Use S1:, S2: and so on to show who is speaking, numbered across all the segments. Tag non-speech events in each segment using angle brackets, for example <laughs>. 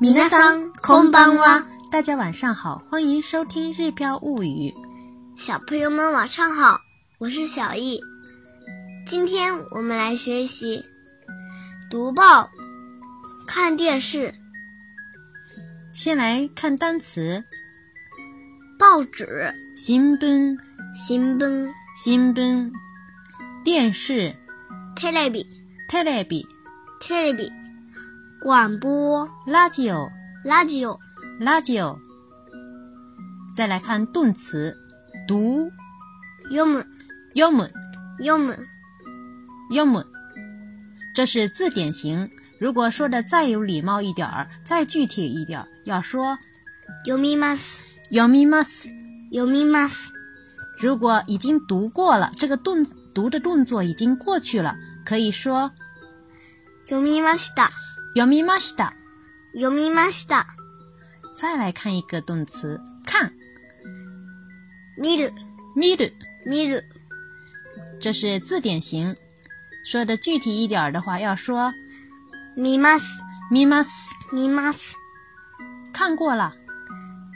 S1: 皆さんこんばんは，
S2: 大家晚上好，欢迎收听《日飘物语》。
S1: 小朋友们晚上好，我是小易。今天我们来学习读报、看电视、
S2: 先来看单词：
S1: 报纸、
S2: 新聞、
S1: 新聞、
S2: 新聞、电视、
S1: テレビ、
S2: テレビ、
S1: テレビ、广播、
S2: ラジオ、
S1: ラジオ、
S2: ラジオ。再来看动词：读、
S1: 読む、
S2: 読む、
S1: 読む、
S2: 読む。这是字典型。如果说的再有礼貌一点儿，再具体一点儿，要说
S1: 読みます、
S2: 読みます。
S1: 読みます、
S2: 如果已经读过了，这个动读的动作已经过去了，可以说
S1: 読みました、
S2: 読みました。
S1: 読みました、
S2: 再来看一个动词，看
S1: 見る、
S2: 見る，
S1: 見る、
S2: 这是字典型。说的具体一点儿的话，要说
S1: 見ます、
S2: 見ます。
S1: 見ます、
S2: 看过了，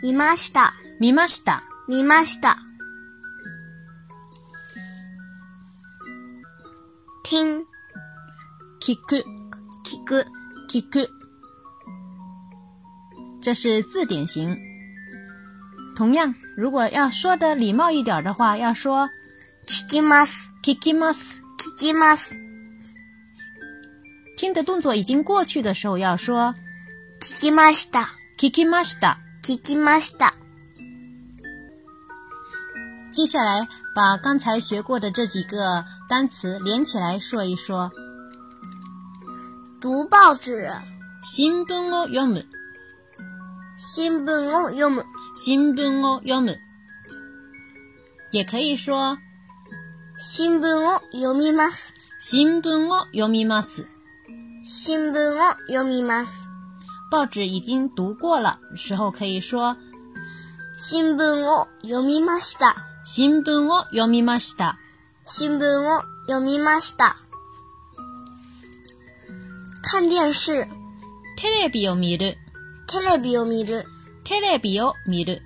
S1: 見ました、
S2: 見ました。
S1: 見ました。听、
S2: 聞く、
S1: 聞く、
S2: 聞く，这是字典型。同样，如果要说的礼貌一点儿的话，要说
S1: 聞きます、
S2: 聞きます。
S1: 聞きます、
S2: 听的动作已经过去的时候，要说
S1: 聞きました、
S2: 聞きました。
S1: 聞きました。
S2: 接下来把刚才学过的这几个单词连起来说一说。
S1: 读报纸、
S2: 新聞を読む、
S1: 新聞を読む、
S2: 新聞を読む，也可以说
S1: 新聞を読みます、
S2: 新聞を読みます。
S1: 新聞を読みます、
S2: 报纸已经读过了时候，可以说
S1: 新聞を読みました、
S2: 新聞を読みました。
S1: 新聞を読みました。看電視、
S2: テレビを見る、
S1: テレビを見る。
S2: テレビを見る，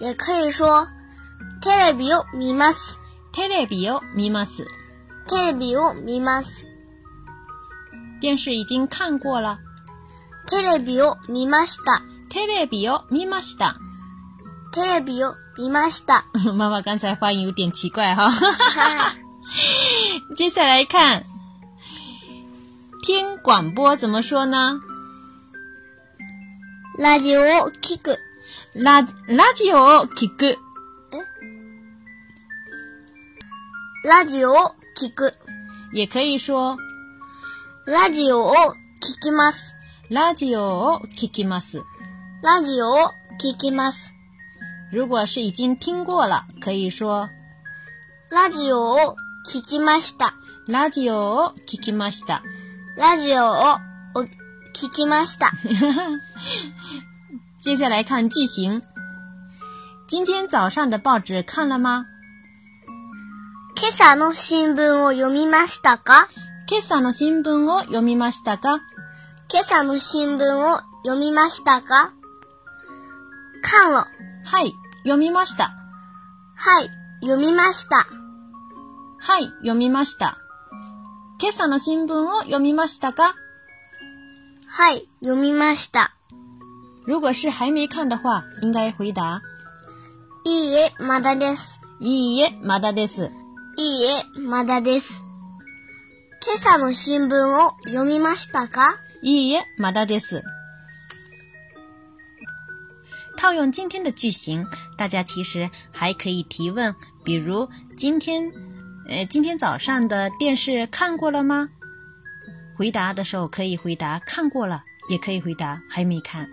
S1: 也可以说テレビを見ます。
S2: テレビを見ます。
S1: テレビを見ます。
S2: 电视已经看过了，
S1: テレビを見ました。
S2: テレビを見ました。 <laughs>
S1: テレビを見ました。
S2: 妈妈刚才发音有点奇怪哈、接下来看，听广播怎么说呢？
S1: ラジオを聞く。
S2: ララジオを聞く。
S1: ラジオを聞く。
S2: 也可以说
S1: ラジオを聞きます。
S2: ラジオを聞きます。
S1: ラジオを聞きます。
S2: 如果是已经听过了，可以说
S1: ラジオを聞きました。
S2: ラジオを聞きました。
S1: ラジオをお聞きました。
S2: 接下来看句型。今天早上的报纸看了吗？
S1: 今朝の新聞を読みましたか
S2: 今朝の新聞を読みましたか？
S1: 今朝の新聞を読みましたか看了。
S2: はい、読みました。
S1: はい、読みました。
S2: はい、読みました。今朝の新聞を読みましたか？
S1: はい、読みました。
S2: 如果是还没看的话，应该回答
S1: いいえ、まだです。
S2: いいえ、まだです。
S1: いいえ、まだです。今朝の新聞を読みましたか
S2: いいえ、まだです。套用今天的句型，大家其实还可以提问，比如今天，呃，今天早上的电视看过了吗？回答的时候可以回答看过了，也可以回答还没看。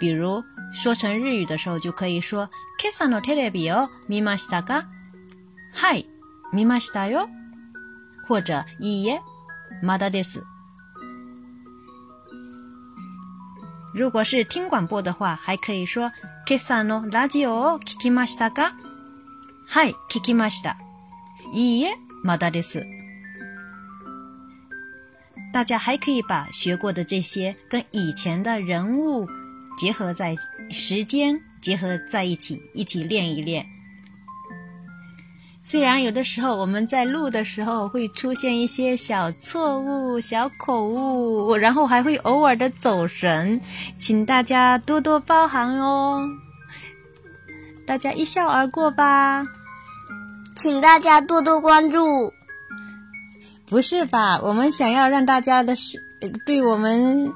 S2: 比如说成日语的时候，就可以说今朝のテレビを見ましたか？はい、見ましたよ。或者いいえ、まだです。如果是听广播的话，还可以说“今朝のラジオを聞きましたか？”はい、聞きました。いいえ、まだです。大家还可以把学过的这些跟以前的人物结合在时间结合在一起，一起练一练。虽然有的时候我们在录的时候会出现一些小错误、小口误，然后还会偶尔的走神，请大家多多包涵哦。大家一笑而过吧。
S1: 请大家多多关注。
S2: 不是吧？我们想要让大家的是呃对我们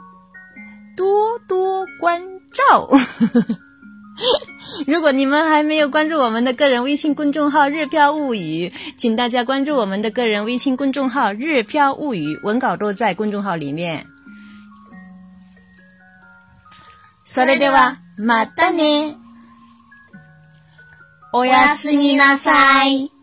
S2: 多多关照。 <laughs> 如果你们还没有关注我们的个人微信公众号“日飘物语”，请大家关注我们的个人微信公众号“日飘物语”，文稿都在公众号里面。それではまたね。お
S1: お
S2: や
S1: や
S2: す
S1: すみなさい。